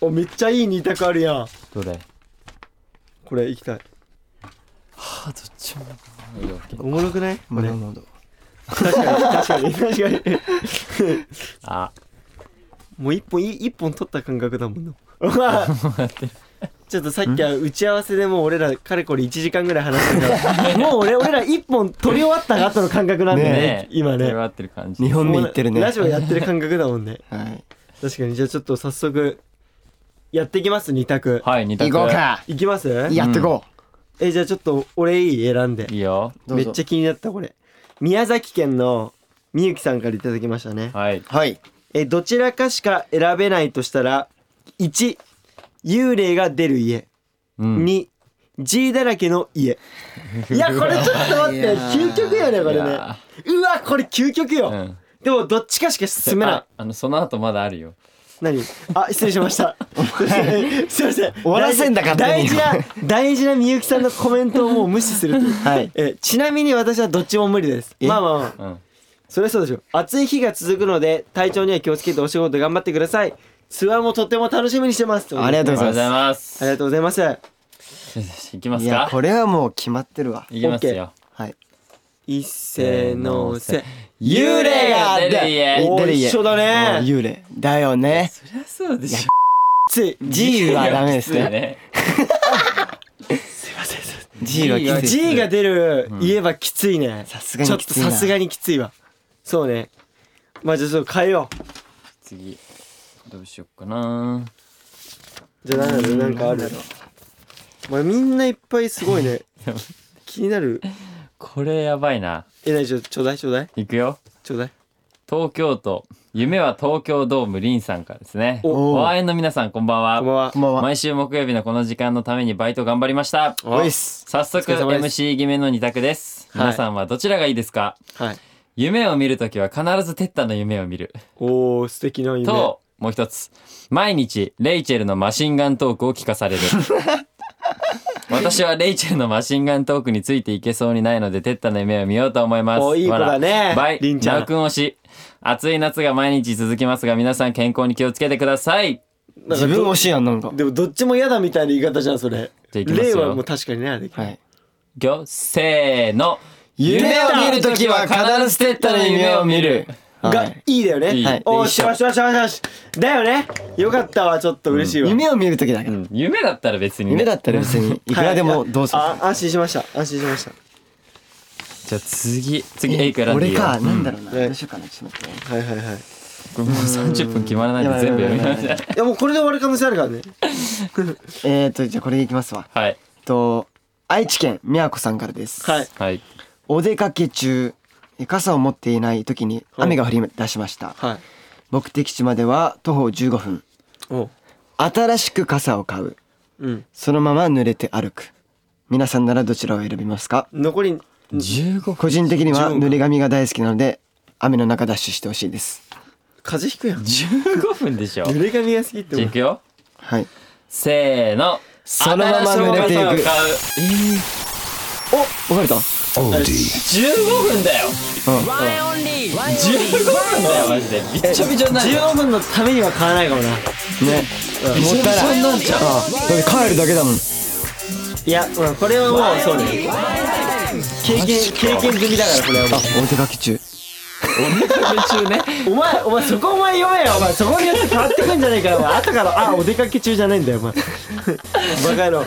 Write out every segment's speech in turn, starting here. おめっちゃいい2択あるやんどれこれ行きたいはあどっちもなはいオッケーおもろくないこなれるほど確かに確かに確かにあもう一本い一本取った感覚だもんなちょっとさっきは打ち合わせでもう俺らかれこれ1時間ぐらい話してたから もう俺俺ら一本取り終わった後の感覚なんだよねねえ今ねそれは合ってる感じ日本目いってるもうねラはジオやってる感覚だもんねい確かにじゃあちょっと早速やっていきます2択はい二択行こうかいきますやってこえじゃあちょっと俺いい選んでいいようどうめぞっちゃ気になったこれ宮崎県のみゆきさんからいただきましたねはいはいえどちらかしか選べないとしたら1幽霊が出る家、うん2 G だらけの 家いやこれちょっと待っいやてー究極よねこれいねやうわこれ究極よ、うんでもどっちかしか進めないああのその後まだあるよ何あ失礼しました すいません終わらせんだ勝手大に事な大事なみゆきさんのコメントをもう無視するという はいえちなみに私はどっちも無理ですまあまあ、まあ、うんそりゃそうでしょ暑い日が続くので体調には気をつけてお仕事頑張ってくださいツアーもとても楽しみにしてますありがありがととううごござざいいまますありがとうございますよし行きますすいやかこれはもう決まってるわ行きますよはい一せのせ幽霊が出る家おー出る家一緒だねおー幽霊だよねそりゃそうでしょついジーはダメですねねジーはきつい G が出る言えばきついね、さすがにきついちょっなとさすがにきついわそうねまあじゃあちょっと変えよう次どうしよっかなじゃあ何だろうなんかあるまあみんないっぱいすごい ね気になるこれやばいなえなにちょちょうだいちょうだい行くよちょうだい東京都夢は東京ドームリンさんからですねおお会いの皆さんこんばんはこんばんはこんばんは毎週木曜日のこの時間のためにバイト頑張りましたおいっす早速お疲れ様です MC 決めの2択です、はい皆さんはどちらがいいですかはい夢を見るときは必ずテッタの夢を見るおー素敵な夢ともう一つ毎日レイチェルのマシンガントークを聞か される私はレイチェルのマシンガントークについていけそうにないのでテッタの夢を見ようと思いますおいい子だねわらバイりんちゃんナオ君推し暑い夏が毎日続きますが皆さん健康に気をつけてくださいなん自かど分推しやんなんかでもどっちも嫌だみたいな言い方じゃんそれじゃあいきますよ例はもう確かにねあれはいぎょせーの夢を見るときは必ずテッタの夢を見るが、はいい、いだよね。いいはいおいいーっししよょしよしよしよし。だよね。よかったわ、ちょっと嬉しいわ。夢を見るときだから夢だったら別にね夢だったら別にいくらでもどうぞはいあ安心しました。安心しましじゃあ次次エイク選んでい俺いよかなんだろうなうんどうしようかなちょっと待ってた。はいはいはい。いこれもう30分決まらないんで全部読みましやばいやばいやばたいやもうこれで終わる可能性あるからね。えーとじゃあこれいきますわはいと愛知県みやこさんからですはい。はいお出かけ中え傘を持っていない時に雨が降り出しましたはい。目的地までは徒歩15分おう。新しく傘を買ううん。そのまま濡れて歩く皆さんならどちらを選びますか残り、 15個人的には15濡れ髪が大好きなので雨の中ダッシュしてほしいです風邪ひくやん。 15分でしょ濡れ髪が好きっじゃあていくよはいせーのそのまま濡れていく新しいお傘を買うお分かれた15分だよ15分だよマジでびっちょびちょになるよ15分のためには買わないかもな。ねもったいないなんちゃうああだって帰るだけだもんいや、うん、これはもうそうね。経験、経験済みだから、これはもう。お出かけ中中ねお前、お前、そこお前読めよ。お前、そこによって変わってくんじゃねえから、お前。後から、あ、お出かけ中じゃないんだよ、お前。バカ野郎。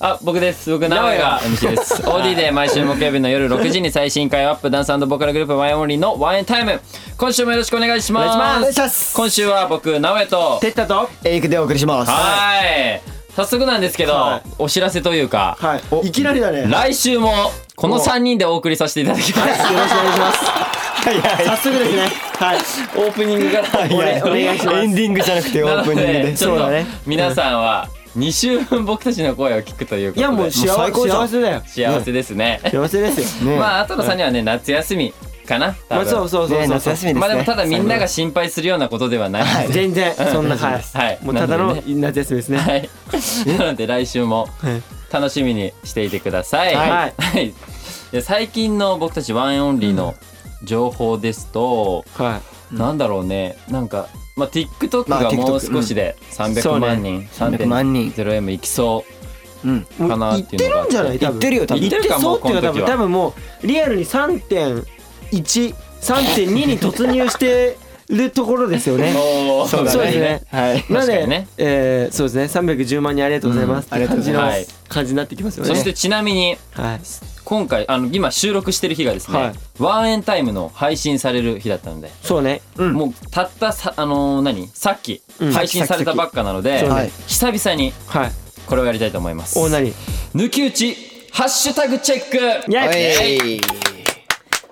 あ僕です僕名古屋が MC です OD で毎週木曜日の夜6時に最新回をアップダンスボーカルグループワインオンリーのワインタイム今週もよろしくお願いしますお願いしお願いします今週は僕名古屋とてったとエイクでお送りしますはい早速なんですけど、はお知らせというか、はいおいきなりだね。よろし来週もこのお3人でお送りさせていただきますくお願いします。はいはい早速ですね。はい。オープニングからいやお願いしますエンディングじゃなくてオープニングなのでちょっとそうだね皆さんは2週分僕たちの声を聞くといいうことでやもう幸もう最高せじゃん幸せだよ。幸せですね幸せですよ。ねまああとの3人はね夏休みかなま多あ分そうそうそうそう。ね夏休みですねまあでもただみんなが心配するようなことではないは全然そんなはい。はいもうただのなので夏休みですね。はい なので来週もはい楽しみにしていてください。はいいで最近の僕たちワンオンリーの情報ですと、はなんだろうねなんかまあ、TikTok まあがもう TikTok 少しで300万人、 300万人 3.0M いきそうんうかなもうっ行っていうてのがあるんじゃない多分行ってるよ多分行ってそうっていうか多行ってるかもうこの時分は多分もうリアルに3.13.2に突入してるところですよねおーそうだねはいなん 確かで、にねえーそうですね310万人ありがとうございます、うんありがとうございますって感じの感じになってきますよねそしてちなみにはい今回あの今収録してる日がですね、はいワンエンタイムの配信される日だったので、そうねうんもうたったさあのー何さっきうん配信されたばっかなのさっで、きさっき久々にはいこれをやりたいと思いますお何イ抜き打ちハッシュタグチェックェはイい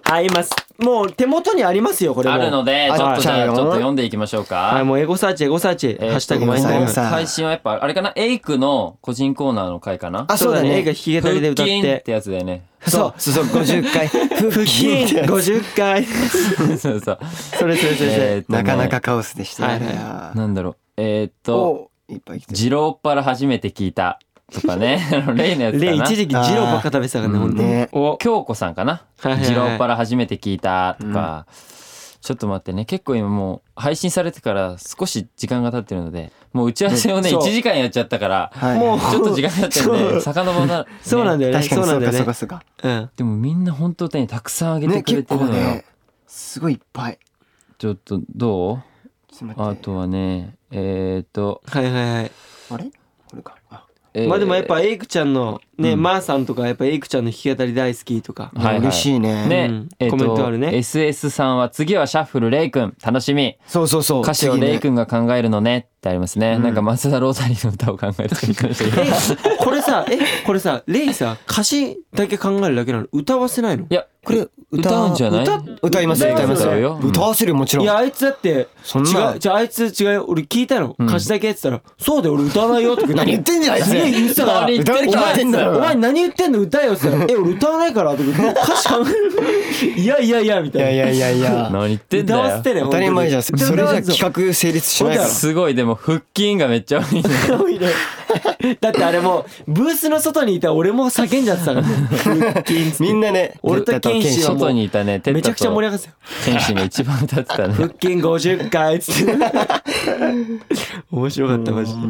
ありますもう手元にありますよこれもあるのであちょっとじゃあじゃちょあっと読んでいきましょうか、はいもうエゴサーチエゴサーチ、えーハッシュタグマインタイエムゴサーチ配信はやっぱあれかなエイクの個人コーナーの回かなあそうだね映画弾き語りで歌っ腹筋っててやつだよね そうそうそう50回腹腹筋50回 そうそうそれそれそれそれえーっとねなかなかカオスでしたねはいはいあれはなんだろうえーっとおいっぱい来てる二郎っ腹初めて聞いたとかね あの例のやつでかな一時期ジローばっか食べてたからねあー本当にねお京子さんかなはいはいはい二郎っ腹初めて聞いたとか、ちょっと待ってね結構今もう配信されてから少し時間が経ってるのでもう打ち合わせをねうん1そう時間やっちゃったからはいもうちょっと時間経ってるんそでう遡らね そうなんだよね確かそにうなんそうだよかそうねかそうかうんでもみんな本当にたくさん上げてねくれ結てる構のよ、ねすごいいっぱいちょっとどうちょっと待あってとはねえー、っと、はいはいはいあれこれかあえーまあでもやっぱエイクちゃんのね、うんまーさんとかやっぱエイクちゃんの弾き語り大好きとか、はいはい嬉しいねね、うんえーっとコメントあるね SS さんは次はシャッフルレイ君楽しみそうそうそう歌詞を次ねレイ君が考えるのねってありますね、うんなんか松田ロータリーの歌を考えてくれて ましたけどえこれさえこれさレイさ歌詞だけ考えるだけなの歌わせないのいやこれ歌うんじゃない歌っ歌いますよ歌います歌うよよ歌わせるよもちろんいやあいつだってそんな違うじゃああいつ違うよ俺聞いたの、うん歌詞だけって言ったら「そうだよ俺歌わないよ」とか何言ってんじゃんあいつすげえ言ってたから何言ってんだお前よ何言ってんだよお前何言ってんの歌えよ」って 言ったら「え俺歌わないから」とか言って歌詞考えるいやいやいや」みたいいなやいや いやいや何言ってんだ歌わよせてね当たり前じゃんそ本当れにじゃ歌わせて企画成立しないからすごいでも腹筋がめっちゃ多 いね多いね だってあれもうブースの外にいたら俺も叫んじゃってたからね腹筋っつってみんなね俺と剣士はもう外にいたねめちゃくちゃ盛り上がってたよ天使が一番歌ってた 腹ね筋50回っつって面白かったマジで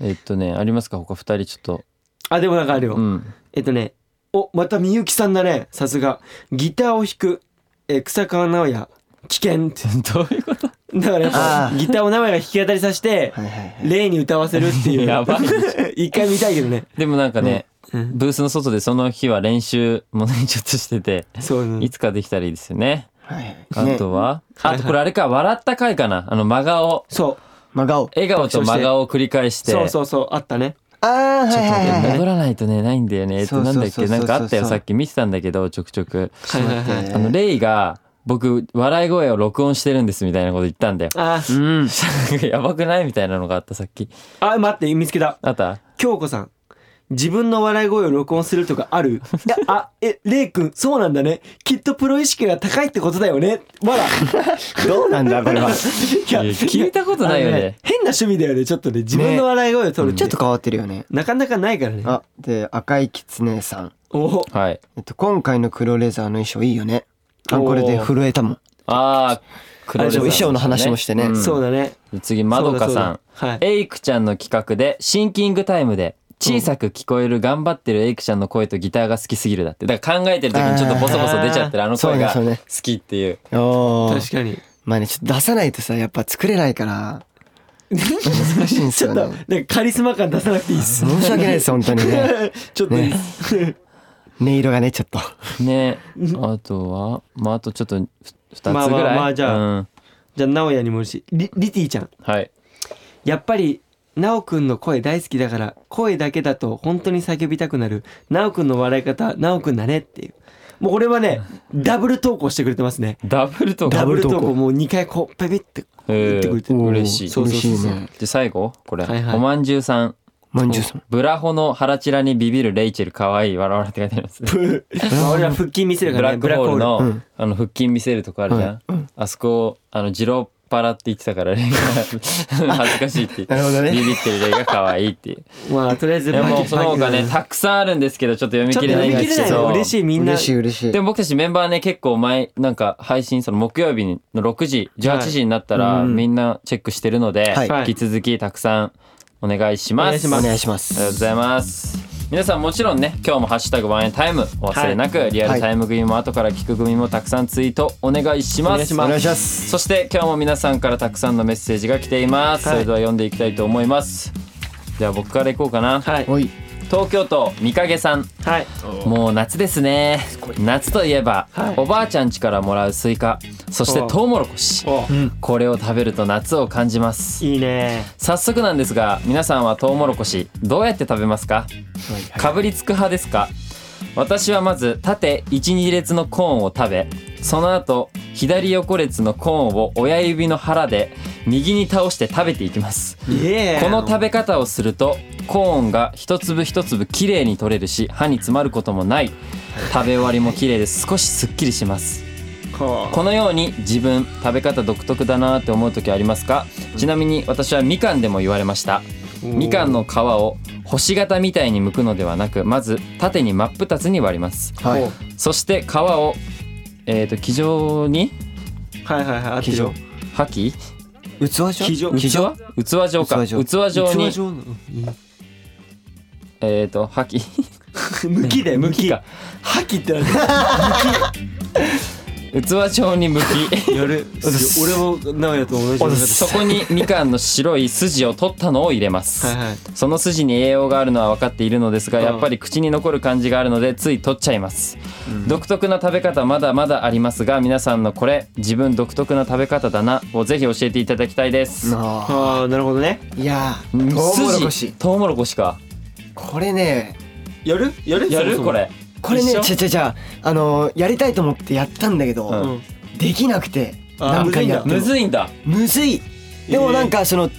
えっとねありますか他二人ちょっとあでもなんかあるよ、うんえっとねおまたみゆきさんだねさすがギターを弾く、えー草川直哉危険って どういうことだからやっぱあーギターを直哉が弾き語りさせてはいはいはい例に歌わせるっていうやばい 一回見たいけどねでもなんかね、うんブースの外でその日は練習もねちょっとしててそうねいつかできたらいいですよねはいあはいねとは、はいあとこれあれか笑った回かなあの真顔そう真顔笑顔と真顔を繰り返してそうそうそうあったねあーはいちょっとはいはいねはい戻らないとねないんだよねえっとそうなそうんそだっうそうけなんかあったよそうそうそさうっき見てたんだけどちょくちょくはいはいはいあのレイが僕笑い声を録音してるんですみたいなこと言ったんだよあーうん やばくないみたいなのがあったさっきあ待って見つけたあった京子さん自分の笑い声を録音するとかあるいやあえレイ君そうなんだねきっとプロ意識が高いってことだよねまだ どうなんだこれはいいや聞いたことないよねあの変な趣味だよねちょっとね自分の笑い声を取るちょっとと変わってるよねなかなかないからねあで赤いきつねさんおおはいえっと今回の黒レザーの衣装いいよねあこれで震えたもんああ黒あでも衣装の話もしてねそうだだね次まどかそうさだんそうだはいエイクちゃんの企画でシンキングタイムで小さく聞こえる頑張ってるエイクちゃんの声とギターが好きすぎるだってだから考えてる時にちょっとボソボソ出ちゃってるあの声がそうねそう好ねきっていうおー確かにまあねちょっと出さないとさやっぱ作れないから難しいんですちょっとよねなんかカリスマ感出さなくていいっす申し訳ないです本当にね ちょっといいっす音色がねちょっとねあとはまああとちょっと2つぐらいまあまあまあじゃあうんじゃあ直哉にもしリリティちゃんはいやっぱり、なおくんの声大好きだから、声だけだと本当に叫びたくなる。なおくんの笑い方、なおくんだねっていう。もうこれはね、ダブル投稿してくれてますね。ダブルとダかブル投ダブル投稿稿もう2回こう、ペペって言えってくれてる。嬉しいそうそうそうそう嬉しいねで最後これ、はいはいおまんじゅうさんまんじゅうさんブラホの腹チラにビビるレイチェル可愛い笑われて書いてありますま あ俺ら腹筋見せるブからラね、ックホールのブラックホールあの腹筋見せるとこあるじゃん、あそこあのジロ払って言ってたから、レイが恥ずかしいって。なるほどねビビってるレイが可愛いっていう。まあとりあえずいやもうその他ね、ちょたくさんあるんですけど、ちょっと読みっと切れ読ないみが切れないの嬉しいみんな嬉しい嬉しいでも僕たちメンバーね結構前なんか配信その木曜日の6時18時になったら、はいうんみんなチェックしてるので、はい引き続きたくさんお願いします。お願いしおます願いしまありがとうごすざいます。皆さんもちろんね今日も「ハッシュタグワンエンタイム」お忘れなく、リアルタイム組も後から聞く組もたくさんツイートお願いします。お願いしますお願いしますそして今日も皆さんからたくさんのメッセージが来ています。はいそれでは読んでいきたいと思います。では僕からいこうかな。はいおい東京都三影さんはいもう夏ですね夏といえば、はいおばあちゃん家からもらうスイカそしておうトウモロコシおこれを食べると夏を感じますいいね早速なんですが皆さんはトウモロコシどうやって食べますかかぶりつく派ですか私はまず縦12列のコーンを食べその後左横列のコーンを親指の腹で右に倒して食べていきますいえこの食べ方をするとコーンが一粒一粒きれいに取れるし歯に詰まることもない食べ終わりもきれいで少しすっきりしますこのように自分食べ方独特だなって思う時ありますかちなみに私はみかんでも言われましたみかんの皮を星形みたいに剥くのではなくまず縦に真っ二つに割りますはいおそして皮をえー、と気状にはいはいはいあってるよ破棄器状気状器状器状か器状器状に器状のえー、と破棄 うん向きだよ向きか覇気ってあ器状に剥きるやる 俺も直哉と同じような形そこにみかんの白い筋を取ったのを入れます、はいはいその筋に栄養があるのは分かっているのですがうんやっぱり口に残る感じがあるのでつい取っちゃいます、独特な食べ方まだまだありますが皆さんのこれ自分独特な食べ方だなをぜひ教えていただきたいです、なあああなるほどねいやーうんトウモロコシ筋トウモロコシかこれねやるやるやそもるそもこれこれね一緒ちゃちゃちゃあのーやりたいと思ってやったんだけど、うんうんできなくてあー何回やってもむずいんだむずいでもなんかその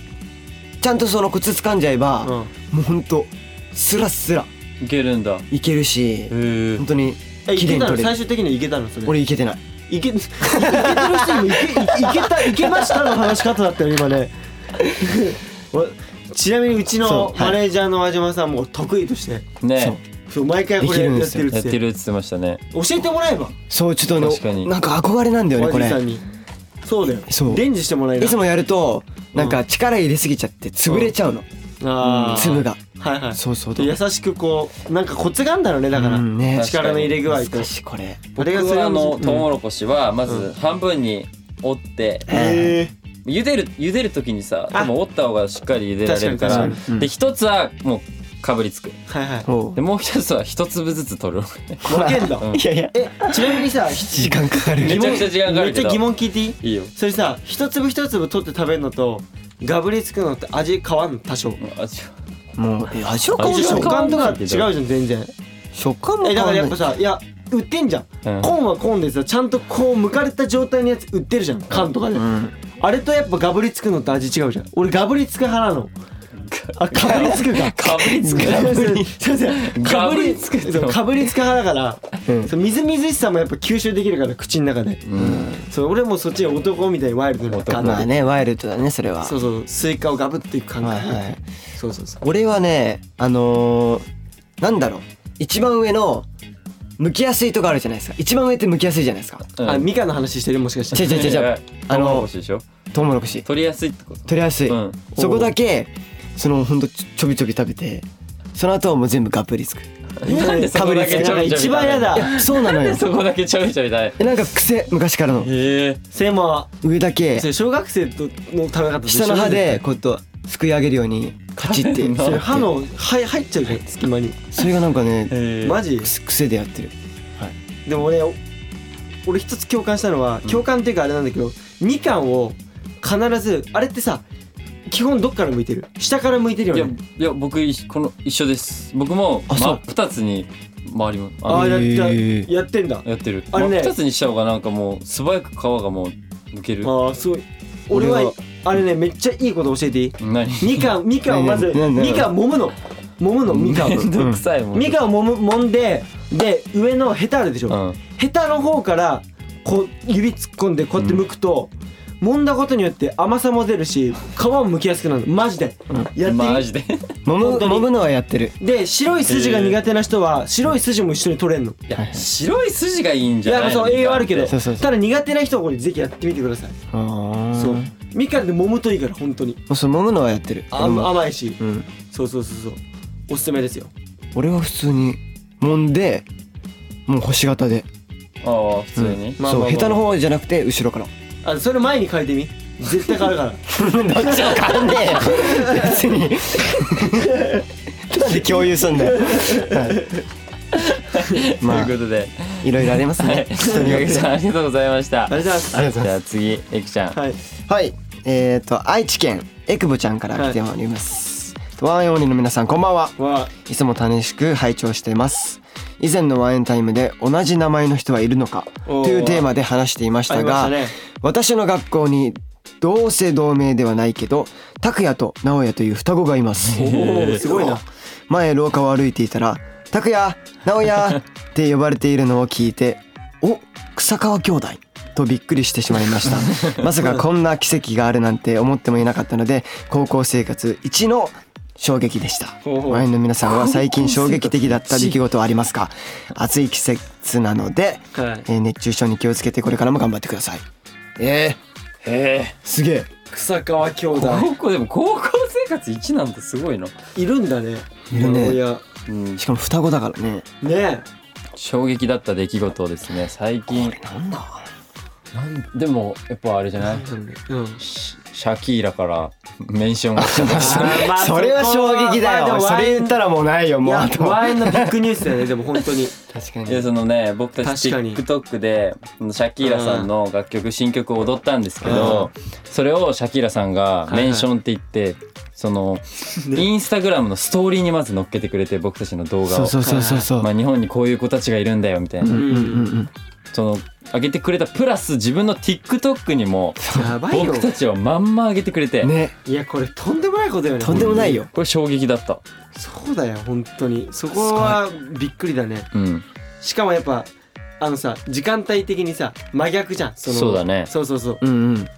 ちゃんとそのコツ掴んじゃえば、うんもうほんとスラスラいけるんだいけるしへ本当にえい綺け麗たに取のれる最終的にはいけたのそれ俺いけてないい けいけてる人にもいけいけたいけましたの話し方だったよ今 ねおちなみにうちのそうはいマネージャーの和島さんも得意としてそうねそう毎回これやってるっつってやってるっつってましたね教えてもらえばそうちょっと確かあのになんか憧れなんだよね和こ島れさんにそうだよそう伝授してもらえないつもやるとなんうか力入れすぎちゃって潰れちゃうの、あー粒がはいはいそうそうで優しくこうなんかコツがあんだろうねだから、うんね力の入れ具合と難しいこれあれ僕がそれはあをのうんトウモロコシはまうず半分に折って、へえ茹でる茹でる時にさあでも折った方がしっかり茹でられるから確かに確かにうんで一つはもうかぶりつくはいはいおうでもう一つは一粒ずつ取る分けんだ、うんいやいやえちなみにさ時間かか るめちゃくちゃ時間かかめっるけどちゃ疑問聞いていいいいよそれさ一粒一粒取って食べるのとガブリつくのって味変わんの多少味もうえ味は変わん味なは変食わい感とか違うじゃん全然食感もえ変だかわんらやなっいぱさいや売ってんじゃん、うんコーンはコーンでさちゃんとこう剥かれた状態のやつ売ってるじゃん缶とかで、うんあれとやっぱガブリつくのと味違うじゃん俺ガブリつく派なのあガブリつくかかぶりつくガブリすいませんガブリつくそうかぶりつく派だから、うんそうみずみずしさもやっぱ吸収できるから口の中で、そう俺もそっちが男みたいにワイルドな男感まあじねワイルドだねそれはそうそうスイカをガブっていく感はい覚、はいそうそうそう俺はねあのー、なんだろう一番上の剥きやすいとこあるじゃないですか一番上って剥きやすいじゃないですかうんあ、ミカの話してるもしかした違うら違う違う違うああのトウモロのコシでしょトウモロコシ取りやすいってこと取りやすい、うん そこだけそのほんとちょちょびちょび食べてその後はもう全部がっぷりつくなんでそこだけちょびちょび食べる一番嫌だいやそうなの よそこだけちょびちょびだねえなんか癖昔からのへえそれも上だけそれ小学生との食べ方と一緒下の歯でこうやっとすくい上げるようにカチって それ歯の歯入っちゃうじゃん隙間にそれがなんかねマジくす癖でやってるでも俺俺一つ共感したのは共感っていうかあれなんだけどみかんを必ずあれってさ基本どっから向いてる下から向いてるいよやねいや僕一緒この一緒です僕もあ真そうっ二つに回りますあああのやへーややってんだやってるあ真れっね二つにした方がなんかもう素早く皮がもう抜けるああすごい俺は俺はあれねめっちゃいいこと教えていい何みかんみかんをまず何何みかん揉むの揉むのみかん めをんどくさいもんみかんを揉む揉んでで上のヘタあるでしょ、うんヘタの方からこう指突っ込んでこうやって剥くと、揉んだことによって甘さも出るし皮も剥きやすくなるのマジで、やってみマジ で揉む本当に揉むのはやってるで白い筋が苦手な人は白い筋も一緒に取れんのいや白い筋がいいんいじゃやなまあいそのう栄養あるけどそうそうそうただ苦手な人はこれぜひやってみてくださいあーそうもみかんで揉むといいから本当にうそれ揉むのはやってるあ俺も甘いしうんそうそうそうそうおすすめですよ俺は普通に揉んでもう星型でああ普通に、まあまそあまあうヘタの方じゃなくて後ろからあそれ前に変えてみ絶対変わるからどっちも変わんねえよ別になんで共有すんだよはいまあということで、いろいろありますはいね人によエクってちゃんありがとうございましたありがとうございますありがとうございますじゃあ次エクちゃん、はいはいえっ、ー、と愛知県えくぼちゃんから来ております、ワンエンオンリーの皆さんこんばんはわあいつも楽しく拝聴しています以前のワンエンタイムで同じ名前の人はいるのかおーというテーマで話していましあたりましがたね私の学校に同姓同名ではないけど拓也と直也という双子がいますおーすごいな前廊下を歩いていたら「拓也直 也」って呼ばれているのを聞いて「お草川兄弟」とびっくりしてしまいまし たまさかこんな奇跡があるなんて思ってもいなかったので高校生活一の衝撃でしたほうほうワインの皆さんは最近衝撃的だった出来事はありますか暑い季節なので、はいえー熱中症に気をつけてこれからも頑張ってくださいえへえー、すげえ草川兄弟高校でも高校生活1なんてすごいのいるんだねいるね親うんしかも双子だからねね衝撃だった出来事をですね最近なんだなんでもやっぱあれじゃないえうんシシャキーラからメンションが来てましたあーまあそれは衝撃だまあでよもそれ言ったらもうないよいもうやあとワインのビッグニュースだよねでも本当に確かいやそのね僕たち確かに TikTok でシャキーラさんの楽曲新曲を踊ったんですけどそれをシャキーラさんがメンションって言ってそのインスタグラムのストーリーにまず載っけてくれて僕たちの動画そうをそうそうそうそう、まあ日本にこういう子たちがいるんだよみたいなうんうんうんその上げてくれたプラス自分の TikTok にもやばいよ僕たちをまんま上げてくれてねいやこれとんでもないことよねとんでもないよこれ衝撃だったそうだよ本当にそこはびっくりだねうんしかもやっぱあのさ時間帯的にさ真逆じゃんそのそうだねそうそうそううんうん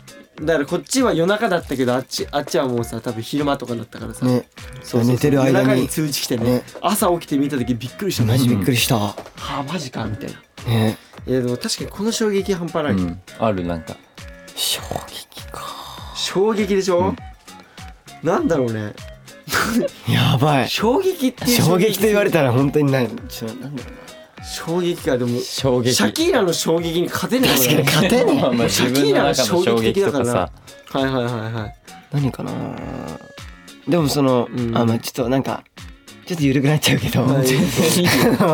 だからこっちは夜中だったけどあっちあっちはもうさ多分昼間とかだったからさ、ねそうそうそう寝てる間に夜中に通知来てねね朝起きて見た時びっくりしたマジびっはくりした、あマジかみたいなねいやでも確かにこの衝撃半端なうい、んあるなんか衝撃か衝撃でしょ、なんだろうねやばい 衝撃っていう衝撃と言われたたら本当にないちょなんだろう衝撃かでもシ衝撃ャキーラの衝撃に勝てない確かに勝てねまあまあシ自ャキー分のラは中の衝撃とか衝撃ださかはいはいはいはいえ何かなでもその、うんあまあちょっとなんかちょっと緩くなっちゃうけど、はい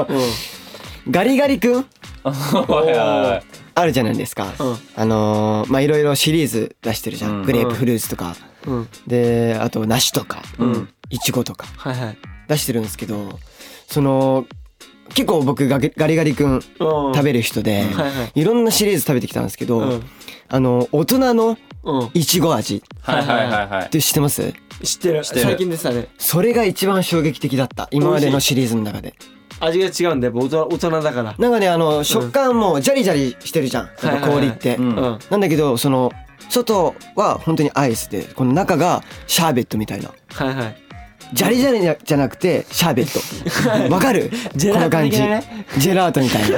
ガリガリ君 はいはあるじゃないですか、うんあのーまあいろいろシリーズ出してるじゃん、うんグレープフルーツとかうんうんであと梨とかいうんんいちごとかはいはい出してるんですけどその結構僕ガリガリガリ君食食べる人で、うんはいはいいろんなシリーズ食べてきたんですけど、うんあの大人のうんいちご味っはいはいはいはいて知ってます知ってる知ってる最近でしたねそれが一番衝撃的だった今までのシリーズの中で味が違うんだよやっぱ大人大人だからなんかねあの食感もジャリジャリしてるじゃん、いはいやっぱ氷って、ううんんなんだけどその外は本当にアイスでこの中がシャーベットみたいなはいはいジャリジャリじゃじゃなくてシャー ベットわかるジェこラーのト感的じなジェラートみたい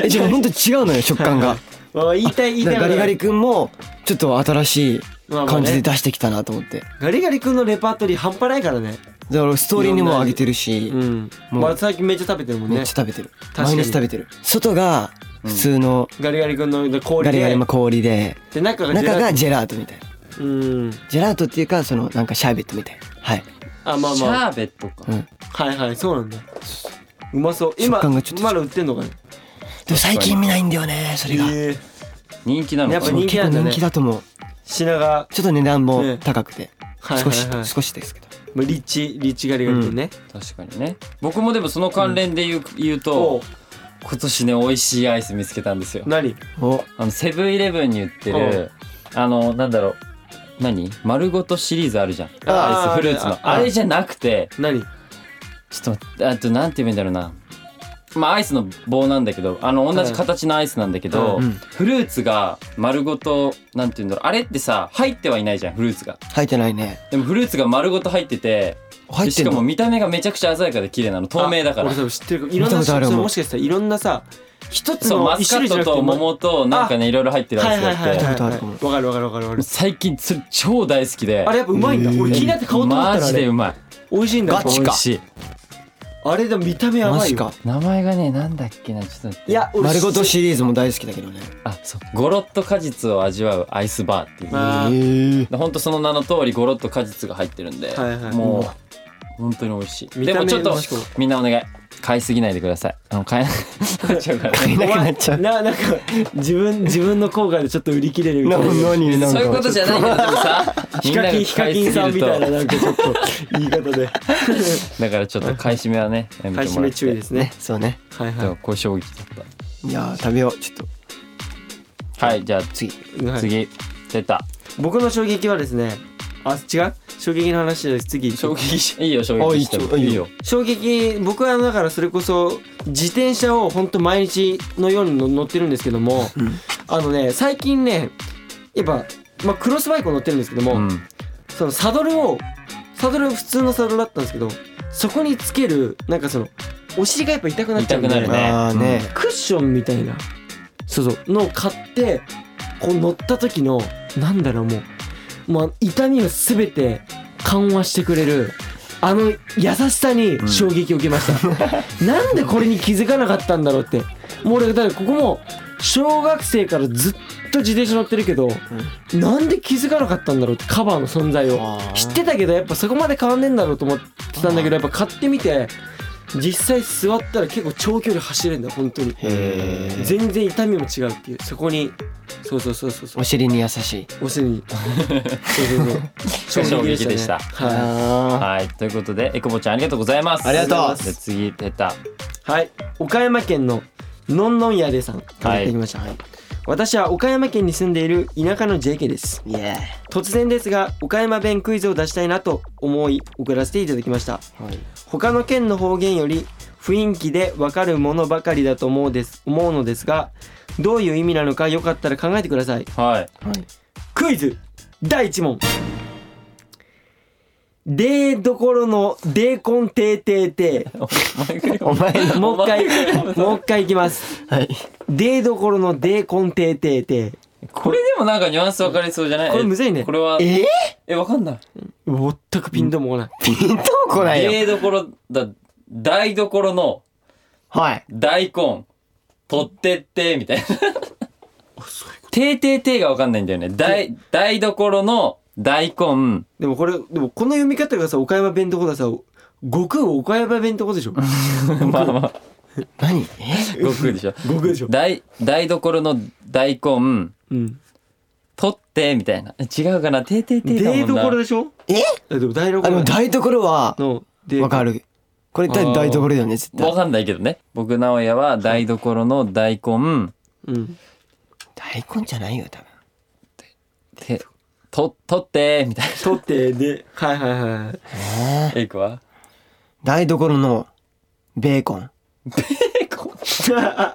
なえでも本当違うのよ食感があ言いたい言いたいガリガリこ君もちょっと新しいとはまあまあ感ねじで出してきたなと思ってガリガリ君のレパートリー半端ないからねだからストーリーにも上げてるしうんもうまあ最近めっちゃ食べてるもんめねっちゃ食べてる確かに毎日食べてる外が普通のガリガリ君の氷ガでリガリの氷でで中がジェラ中がージェラートみたいなトうんジェラートっていうかそのなんかシャーベットみたいなはいあまあシまあャーベットかうんはいはいそうなんだうまそう今食感がちょっとまだ売ってんのかねでも最近見ないんだよねそれがええ人気なのやっぱか人な気結な構んだね人気だと思う品がちょっと値段ねも高くてはいは少いしはい少しですけどまあリッチリッチガリガリ君ね確かにね僕もでもその関連で言う言うおと今年ね美味しいアイス見つけたんですよ何おあのセブンイレブンに売ってるあのなんだろう何丸ごとシリーズあるじゃんあーアイスフルーツのああれじゃなくて何ちょっと待ってあとなんて言うんだろうなまあアイスの棒なんだけどあの同じ形のアイスなんだけど、うんフルーツが丸ごとなんて言うんだろうあれってさ入ってはいないじゃんフルーツが入ってないねでもフルーツが丸ごと入ってて入でっしてんかもの見た目がめちゃくちゃ鮮やかで綺麗なの透明だから俺多分知ってるいろん見たこなとあるそもんれもしかしたらいろんなさ一つそうのマ一スカ種類じッゃなトくとても桃となんかねいろいろ入ってるやつはいはがいはいはいあっはてい見たことあるわかるわかかもるわかるわかる最近それ超大好きであれやっぱうまいんだうん俺気になって買おうと思ったらマあジでれうまい美味しいんだやっぱガチ美か味しいあれでも見た目やマばいジよか名前がねなんだっけなちょっと待っていや俺丸ごとシリーズも大好きだけどねあそうゴロッと果実を味わうアイスバーっていうまあえでほんとその名の通りゴロッと果実が入ってるんで、はいはいもう本当に美味しい見でたも目ちょっとよしこみんなお願い買いすぎないでください あの買えなくなっちゃうから、 いね、なくなっちゃうななんか自分自分の効果でちょっと売り切れるみたいな何なんそういうことじゃないけどでもさみヒんなカがキンヒカ買キいンすさんぎるみたいなとなんかちょっと言い方でだからちょっと買い占めはねやめ買いて占もらっめて注意ですねそうねはいではもこれ衝撃だっいやー食べようちょっとたはいじゃあ次いはい次出た僕の衝撃はですねあ違う衝撃の話じゃないです次衝撃しいいよ衝撃してもあいいよいいよ衝撃僕はだからそれこそ自転車をほんと毎日のようにの乗ってるんですけども、んあのね最近ねやっぱ、まあ、クロスバイクを乗ってるんですけども、うんそのサドルをサドル普通のサドルだったんですけどそこにつけるなんかそのお尻がやっぱ痛くなっちゃうんで痛くなるねああねクッションみたいなそうそうのを買ってこう乗った時のなんだろうもう、まあ、痛みを全て緩和してくれるあの優しさに衝撃を受けました、 なんでこれに気づかなかったんだろうってもう俺だからここも小学生からずっと自転車乗ってるけど、なんで気づかなかったんだろうってカバーの存在をあー知ってたけどやっぱそこまで変わんねえんだろうと思ってたんだけどやっぱ買ってみて実際座ったら結構長距離走れるんだよ本当にへー全然痛みも違うっていうそこにそうそうそうそうそおう尻に優しいお尻 にそうそうそう衝撃でしたはあはいということでえくぼちゃんありがとうございますありがとうございますじゃあ次出たい、はい、岡山県ののんのんやでさんからいただきました、はい私は岡山県に住んでいる田舎の JK ですーイエ突然ですが岡山弁クイズを出したいなと思い送らせていただきましたーイ他の県の方言より雰囲気でわかるものばかりだと思うです思うのですがどういう意味なのかよかったら考えてくださいはいはいクイズ第1問でーどころのデーコンテーテーテお前のーもう一 回もう一回いきますはいでーどころのデーコンテーテーテーこれでもなんかニュアンス分かりそうじゃないこれむずいねえこれはええわかんない全くピンともこないピンともこないよ芸どころだ台所のはい大根取ってってみたいなてーてーてーがわかんないんだよね台台所の大根でもこれでもこの読み方がさ岡山弁とこださ悟空岡山弁とこでしょ まあまあ何え悟空でしょ悟空でしょ台台所の大根うん取ってみたいな違うかなてーてーてーだデーもんどころなでしょええでも台所あの台所はのでわかるこれあー大台所だよね絶対わかんないけどね僕直哉は台所の大根うん大根じゃないよ多分てと取ってみたいな取ってではいはいはいえーエイクは台所のベーコン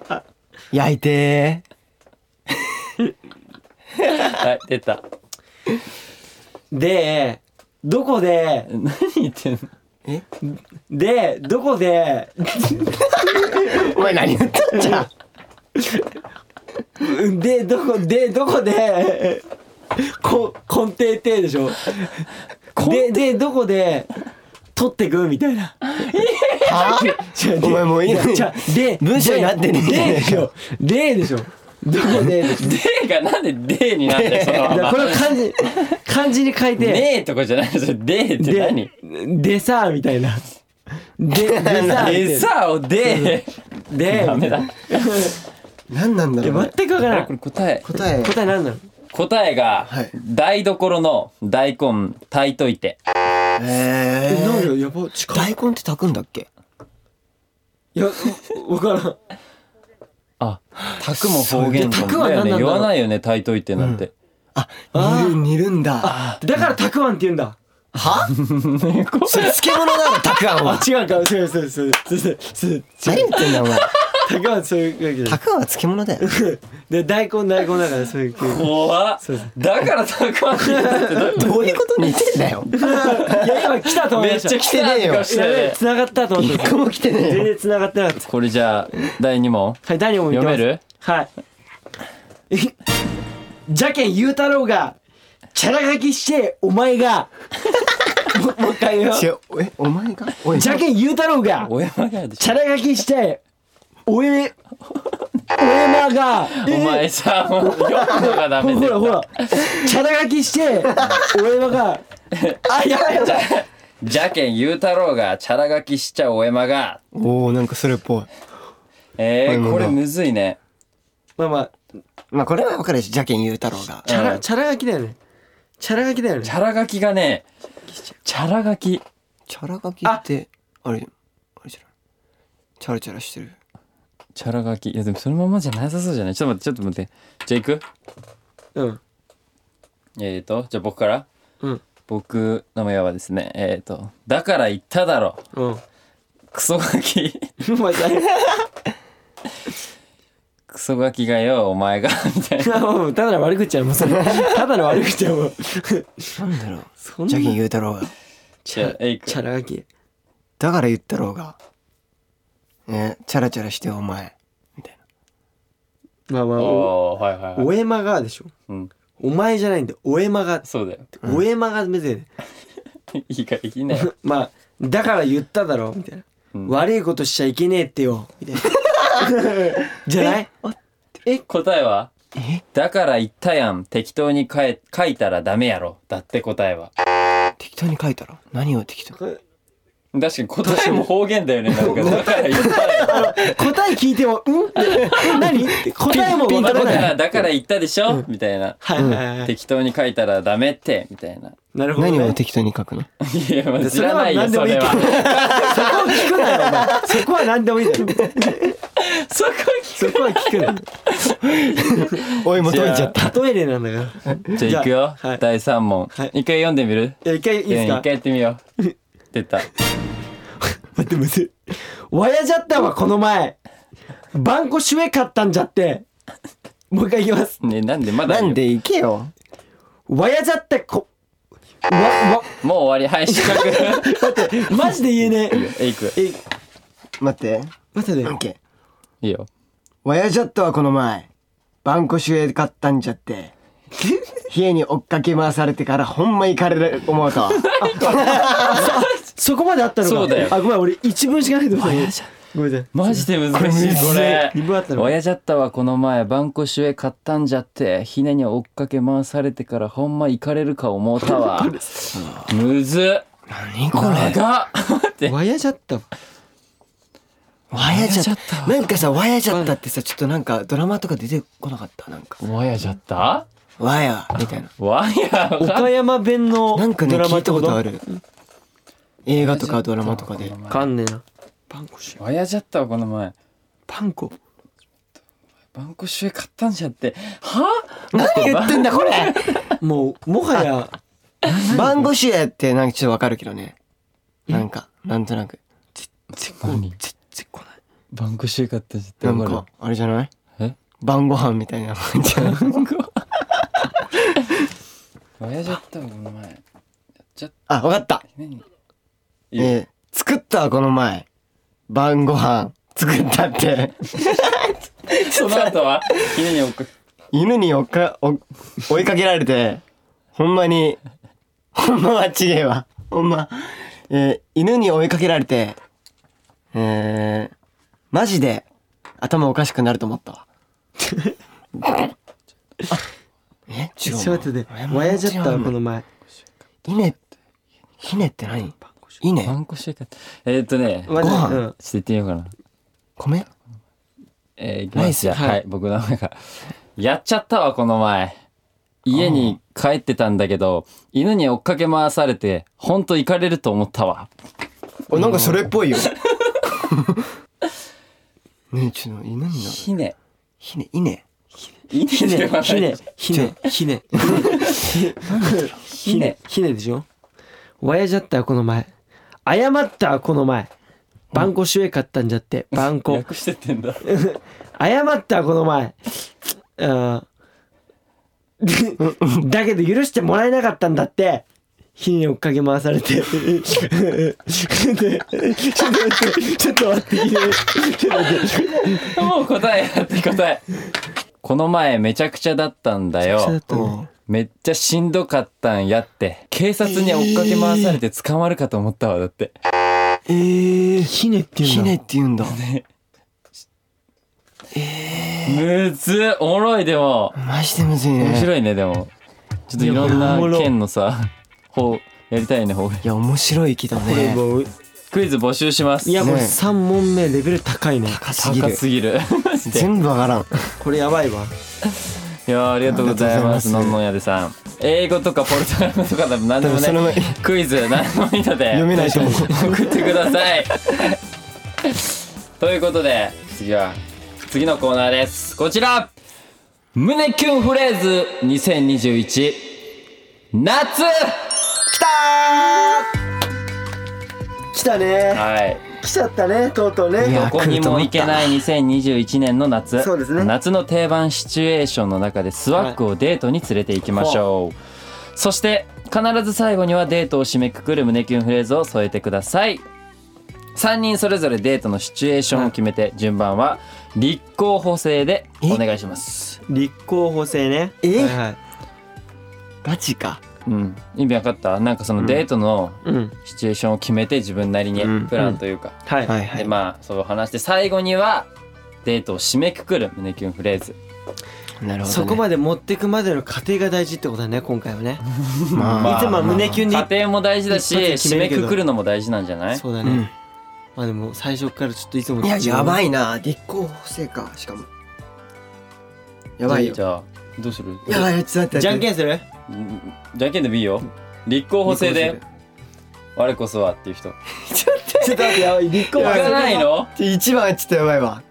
焼いてはい出たでどこで何言ってんのでどこでーお前何言ったんじゃんでどこでどこでこ根底底でしょででどこで取ってくみたいなは違うでお前もういいのにや違うで文章になってねえででじゃねでえしかよょででしょどこででしょでがなんででになってその だまからまこれを漢字漢字に書いてねえとかじゃないそれでって何ででさみたいなででさえさをででダメだ何なんだいやろうね全くわからんこれ答え答え答えなんなの答えがはい台所の大根炊いといてええ、ーなんだよ、やば、近い。大根って炊くんだっけいや、わからん。あ炊くもそ方言うだいや炊くはよ何ねなんだ言ろうわないよね炊いといてなんてああー煮る煮るんだだから、たくあんって言うんだ。 は猫それ漬物なのたくあんはあ違うかそうそうそうそうそうそう何言ってんだよお前たくあんそういうたわくあんは漬物だよけでで大根大根だからそういう系怖っそうそうだから高橋 どういうこと似てんだよ いや今来た と思いめっましたちゃ来てねえよやべえ繋がったと思っ一た個も来てねえ全よ然繋がってなかったこれじゃあ第2問はい何を読めるはいえじゃけんゆうたろうがチャラ書きしてお前 がももう一回言うよ違うえお前がおいじゃけんゆうたろうが小山がでしチャラ書きしておえおえま がょお前さもう読むのがダメほでらほ らチャラ書きしておえまがあやばいやばいじゃけんゆうたろうがチャラ書きしちゃうお山がおおなんかそれっぽいえはいはいはー、いこれむずいねまあまあまあこれは分かるでしょ邪剣裕太郎がチャうラんチャラ書きだよねチャラ書きだよチねャラ書きがねチャラ書きチャラ書きってあれあれじゃないチャラチャラしてるチャラ書きいやでもそのままじゃなさそうじゃないちょっと待ってちょっと待ってじゃあ行くうんえーとじゃあ僕からうん僕の親はですねえーとだから言っただろうんクソガキ まあ クソガキがよお前が みたいなあもうただの悪口やもうそ れただの悪口やもうなんだろう そんな邪剣裕太郎がチャえいくチャラ書きだから言ったろうがねチャラチャラしてお前みたいまあまあおおーはいはいはいおえまがでしょうんお前じゃないんだよおえまがそうだよ おえまが目線いいからいいね まあだから言っただろみたいな、うん悪いことしちゃいけねえってよみたいな じゃない答えはえだから言ったやん適当に書い書いたらダメやろだって答えはな適当に書いたら何を適当に確かに答えも方 言だよねなんかだから言ったやん答え聞いても「うん?」ってえ何って答えもこ分んかなこらとないはだから言ったでしょみたいなはいはいはい適当に書いたらダメってみたいな なるほど、ね、何を適当に書くのいやまあ知らないよそそれれはは そこは聞くなよお前そこは何でもいいだろそこそこは聞くなおいもうじゃあ解いちゃったよ例え例なんだからじゃあいくよはい第三問はい一回読んでみるいや一回いいですうんか一回やってみよう出た待ってむずいわやじゃったわこの前バンコシュエ買ったんじゃってもう一回いきますねなんでまだあなるよんで行けよわやじゃったこわわもう終わりはい失格 マジで言えねえいくええ待って待ってねオッケーいいよワヤジャットはこの前バンコシュエ買ったんじゃ って家に追っかけ回されてからほんま行かれる思うとそこまであったのかそうだよあごめん俺一文しかないと思ったごめんなさいマジで難しいこれ二分あったの親じゃったわこの前バンコシュエ買ったんじゃってひねに追っかけ回されてからほんま行かれるか思うたわむずっ何長っ待ってわやじゃったわワヤジワヤジャッャットなんかさワヤジャットってさちょっとなんかドラマとか出てこなかったなんか親じゃったワヤみたいなわいや岡山弁のなんかねドラマ聞っいてたここととある映画とかドラマとかでわかんねえなパンコし親じゃったわこの前パンコバンコシュエ買ったんじゃっては何言ってんだ これもうもはやバンコシュエってなんかちょっとわかるけどねなんかなんとなく絶何対来ないバンコシュエ買ったんじゃってなんわかかあれじゃないえ晩ご飯みたいな感じる 親じゃったわこの前やっちゃっ あわかったひねにえー作ったわこの前晩ご飯作ったってその後はひねに追っかけ犬に追っか追追いかけられてほんまにほんまはちげえわほんま、えー犬に追いかけられてえー、マジで頭おかしくなると思った わあえ違ちうょわっと待ってねわやじゃったわこの前稲稲って何バ稲ンコシュエ買ったえーっとねご飯うんちょっと言ってみようかな。米えー、いきナまイすスじゃあはいはい、僕の名前から。やっちゃったわ、この前。家に帰ってたんだけど、犬に追っかけ回されて、ほんと行かれると思ったわ。おなんかそれっぽいよ ねえちょっと犬になるひね。ひね、いね。ひねひねひ ねひね。ひねひねひねひねでしょわやじゃったわこの前謝ったわこの前バンコシュエ買ったんじゃってバンコ略してってんだ。謝ったわこの前うん でだけど許してもらえなかったんだって火に追っかけ回されて でちょっと待ってちょっと待ってちょっと待ってもう答えやって答え。この前めちゃくちゃだったんだそうだよっ。たねめっちゃしんどかったんやって。警察に追っかけ回されて捕まるかと思ったわ、だって。えー、ひねっていひうねっのて言うんだ。むずっおもろいでも。マジでむずいね。面白いね、でも。ちょっといろんいやなおもろ県のさ、方、やりたいね、方いや、面白いけどこれね。もうクイズ募集します。いやこれね3問目レベル高いね高すぎ高る。すぎる。マジで全部わから ん。これやばいわ いやーありがとうございますありのがとんのうごんやでさん英語とかポルトガル語とかでも何で多も分それね もクイズ何でもいいので読めないと 思う。送ってくださいということで次は次のコーナーですこちら胸キュンフレーズ2021夏きた来たねはい来ちゃったねとうとうねいどやこにも行けない2021年の夏そうですね夏の定番シチュエーションの中でスワッグをデートに連れて行きましょう、そして必ず最後にはデートを締めくくる胸キュンフレーズを添えてください3人それぞれデートのシチュエーションを決めて順番は立候補制でお願いします立候補制ねえはいはいガチか。うん意味わかったなんかそのデートのうんシチュエーションを決めて自分なりにうんプランというか、はいはいはでい。まあそう話して最後にはデートを締めくくる胸キュンフレーズなるほどね。そこまで持ってくまでの過程が大事ってことだね今回はねまあいつもは胸キュンで家庭も大事だし一発で決め締めるけどくくるのも大事なんじゃないそうだうね、ん。まあでも最初からちょっといつもいや、やばいいな。立候補制か。しかも。やばいよじ。ゃあどうするやばい、ちょっと待って。じゃんけん。んするうんじゃんけんでもいいよ立候補制で我こそはっていう人 ちょっと待ってやばい立候行補かないの一番はちょっとやばいわ。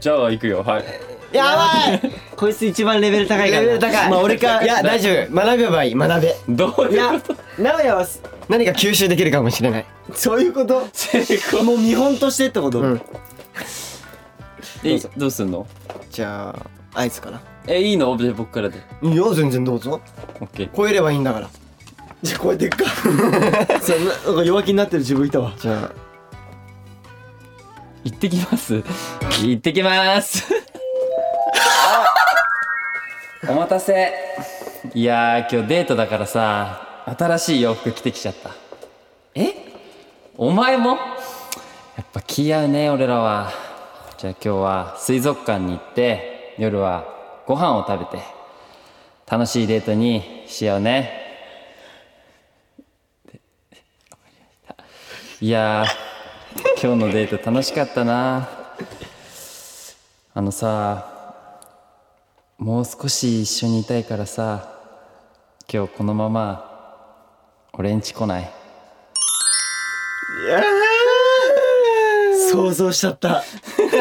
じゃあ行くよはいやばいこいつ一番レベル高いからレベル高い。まあ俺か いや、大丈夫。学べばいい。学べ。どういいうや直哉はす何か吸収できるかもしれない。そういうこともう見本としてってこと、うん。えどうすんのじゃあ、アイスかな。えいいのじゃあ僕からでいや、全然どうぞ。オッケー超えればいいんだから。じゃあこうやっていくかそうななんか弱気になってる自分いたわじゃ行ってきます行ってきますお待たせいやー今日デートだからさ新しい洋服着てきちゃったえお前もやっぱ気合うね俺らはじゃあ今日は水族館に行って夜はご飯を食べて楽しいデートにしようねいやー今日のデート楽しかったなあのさもう少し一緒にいたいからさ今日このまま俺んち来ない想像しちゃった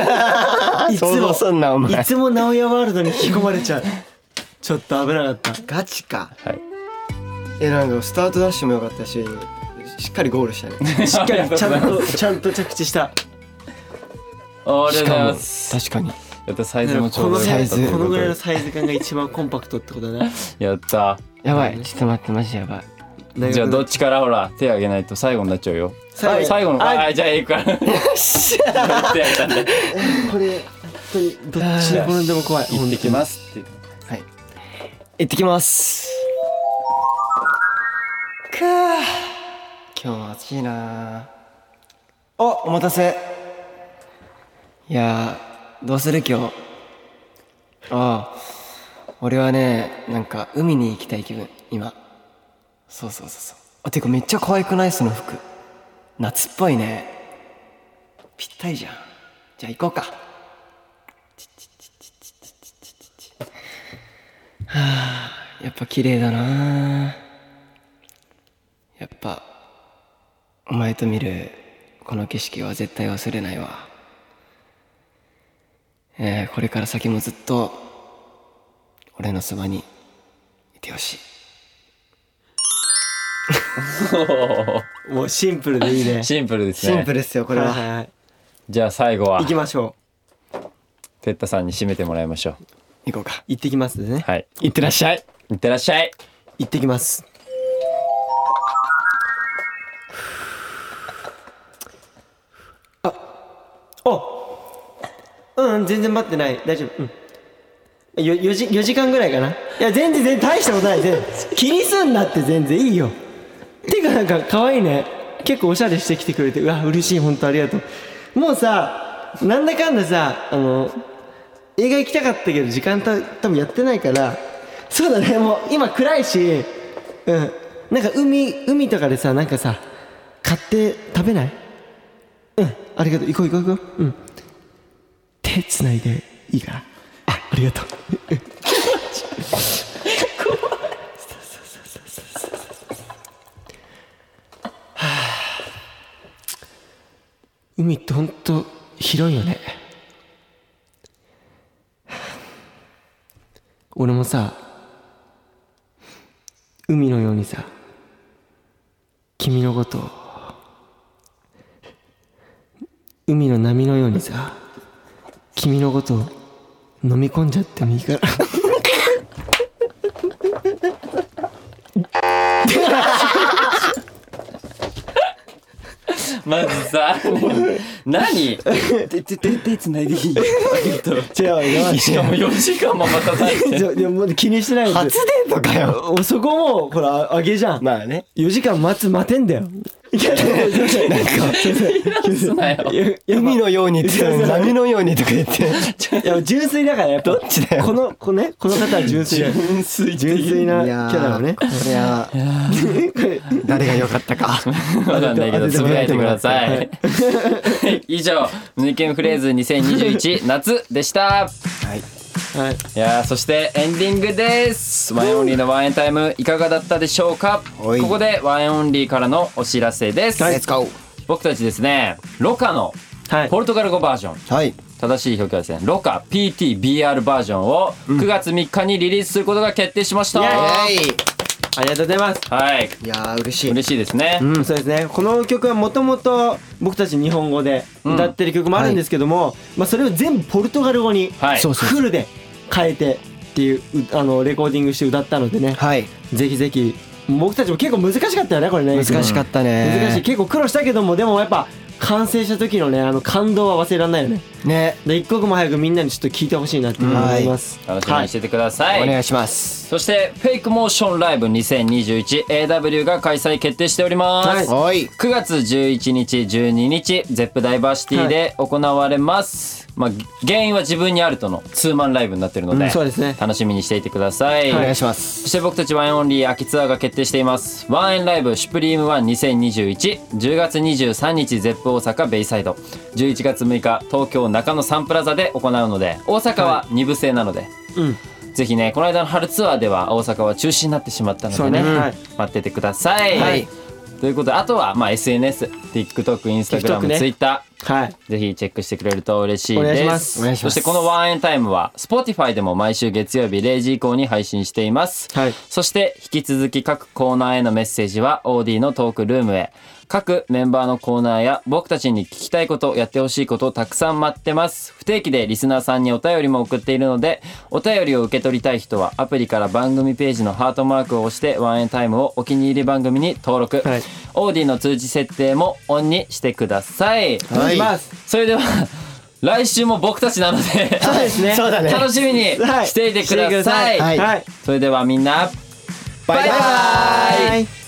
あ、いつ想像すもんな、おい前。つも直哉ワールドに引き込まれちゃうちょっと危なかったガチか。はいえ、なんか、スタートダッシュも良かったし、しっかりゴールしたね。しっしっかりちゃんあとちゃんと着地したありがとうございます確かに。やったサイこズものちょうどよかサっイたズとこうのとぐらいでのサイズ感が一番コンパクトってことだねやったやばい、ちょっと待って、マジやばい。じゃあどっちからほら手あげないと最後になっちゃうよ最後最後のああじゃあ行くから手あげたんでこれ本当にどっちに転んでも怖い行ってきますってはい。行ってきます。くー今日は暑いなーお、お待たせ。いやー、どうする今日。ああ、俺はね、なんか海に行きたい気分、今。そうそうそうそう。あ、てかめっちゃ可愛くないその服。夏っぽいね。ぴったりじゃん。じゃあ行こうか。やっぱ綺麗だなやっぱお前と見るこの景色は絶対忘れないわえーこれから先もずっと俺のそばにいてほしいおもうシンプルでいいーねシンプルですシンねプルですよここれれはは、はいはいじゃあ最後は行きましょうてったさんに締めてもらいましょう行こうか行ってきますねはいいってらっしゃいいってらっしゃい行ってきますあおうん全然待ってない大丈夫うんよ 4, 時4時間ぐらいかないや全然全然大したことない全然気にすんなって全然いいよてかなんか可愛いね結構おしゃれしてきてくれてうわ嬉しい本当ありがとうもうさなんだかんださあの映画行きたかったけど時間た多分やってないからそうだねもう今暗いしうんなんか海海とかでさなんかさ買って食べないうんありがとう行こう行こう行こううん手つないでいいかなあありがとう うんはあ海ってほんと広いよね俺もさ海のようにさ君のことを海の波のようにさ君のことを飲み込んじゃってもいいからまずさ何手手手手つないでいい違うよしかも4時間も待たされていやいやもう気にしてない初デートかよおそこもほらあげじゃんまあね4時間待つ待てんだよいやなんかすなよ海のようにって言ったのに波のようにとか言っていや純粋だからやっぱどっちだよこのこのねこの方は純粋だよ純粋って純粋なキいやーャラをねこれは誰が良かったかわかんないけどつぶやいてください 以上胸キュンフレーズ2021夏でしたはいいやーそしてエンディングですワンエンオンリーのワンエンタイムいかがだったでしょうかこはいこでワンエンオンリーからのお知らせです、レッツゴー僕たちですねロカのはいポルトガル語バージョンはい正しい表記はですねロカ PTBR バージョンを9月3日にリリースすることが決定しました、イエはーイエーありがとうございますいイいやー嬉しい嬉しいですね、うん、そうですねこの曲はもともと僕たち日本語で歌ってる曲もあるんですけども、まあ、それを全部ポルトガル語にはいそうフルで変えてっていううあのレコーディングして歌ったのでね、はいぜひぜひ僕たちも結構難しかったよねこれね難しかったね難しい結構苦労したけどもでもやっぱ完成した時のねあの感動は忘れられないよねねで一刻も早くみんなにちょっと聞いてほしいなって思います、楽しみにしててくださおい、願いしますそしてフェイクモーションライブ 2021AW が開催決定しております、はいはい9月11日12日ゼップダイバーシティで行われます、まあ原因は自分にあるとのツーマンライブになってるので,、うんそうですね楽しみにしていてください、お願いしますそして僕たちワンエンオンリー秋ツアーが決定していますワンエンライブシュプリームワン2021 10月23日ゼップ大阪ベイサイド11月6日東京中野サンプラザで行うので大阪は2部制なので、うんぜひねこの間の春ツアーでは大阪は中止になってしまったのでそうねねはい待っててください、はいということであとは、まあ、 TikTok ね SNSTikTokInstagramTwitter、はいぜひチェックしてくれると嬉しいでおす願いしますお願いしますそしてこのワンエンタイムは Spotify でも毎週月曜日0時以降に配信しています、はいそして引き続き各コーナーへのメッセージは OD のトークルームへ各メンバーのコーナーや僕たちに聞きたいことやってほしいことをたくさん待ってます不定期でリスナーさんにお便りも送っているのでお便りを受け取りたい人はアプリから番組ページのハートマークを押してワンエンタイムをお気に入り番組に登録、はい OD の通知設定もオンにしてください、お願いします、それでは 来週も僕たちなのでそうですねそうだね楽しみにはいしていてください、してくださいはいはい、それではみんなバイババイバイ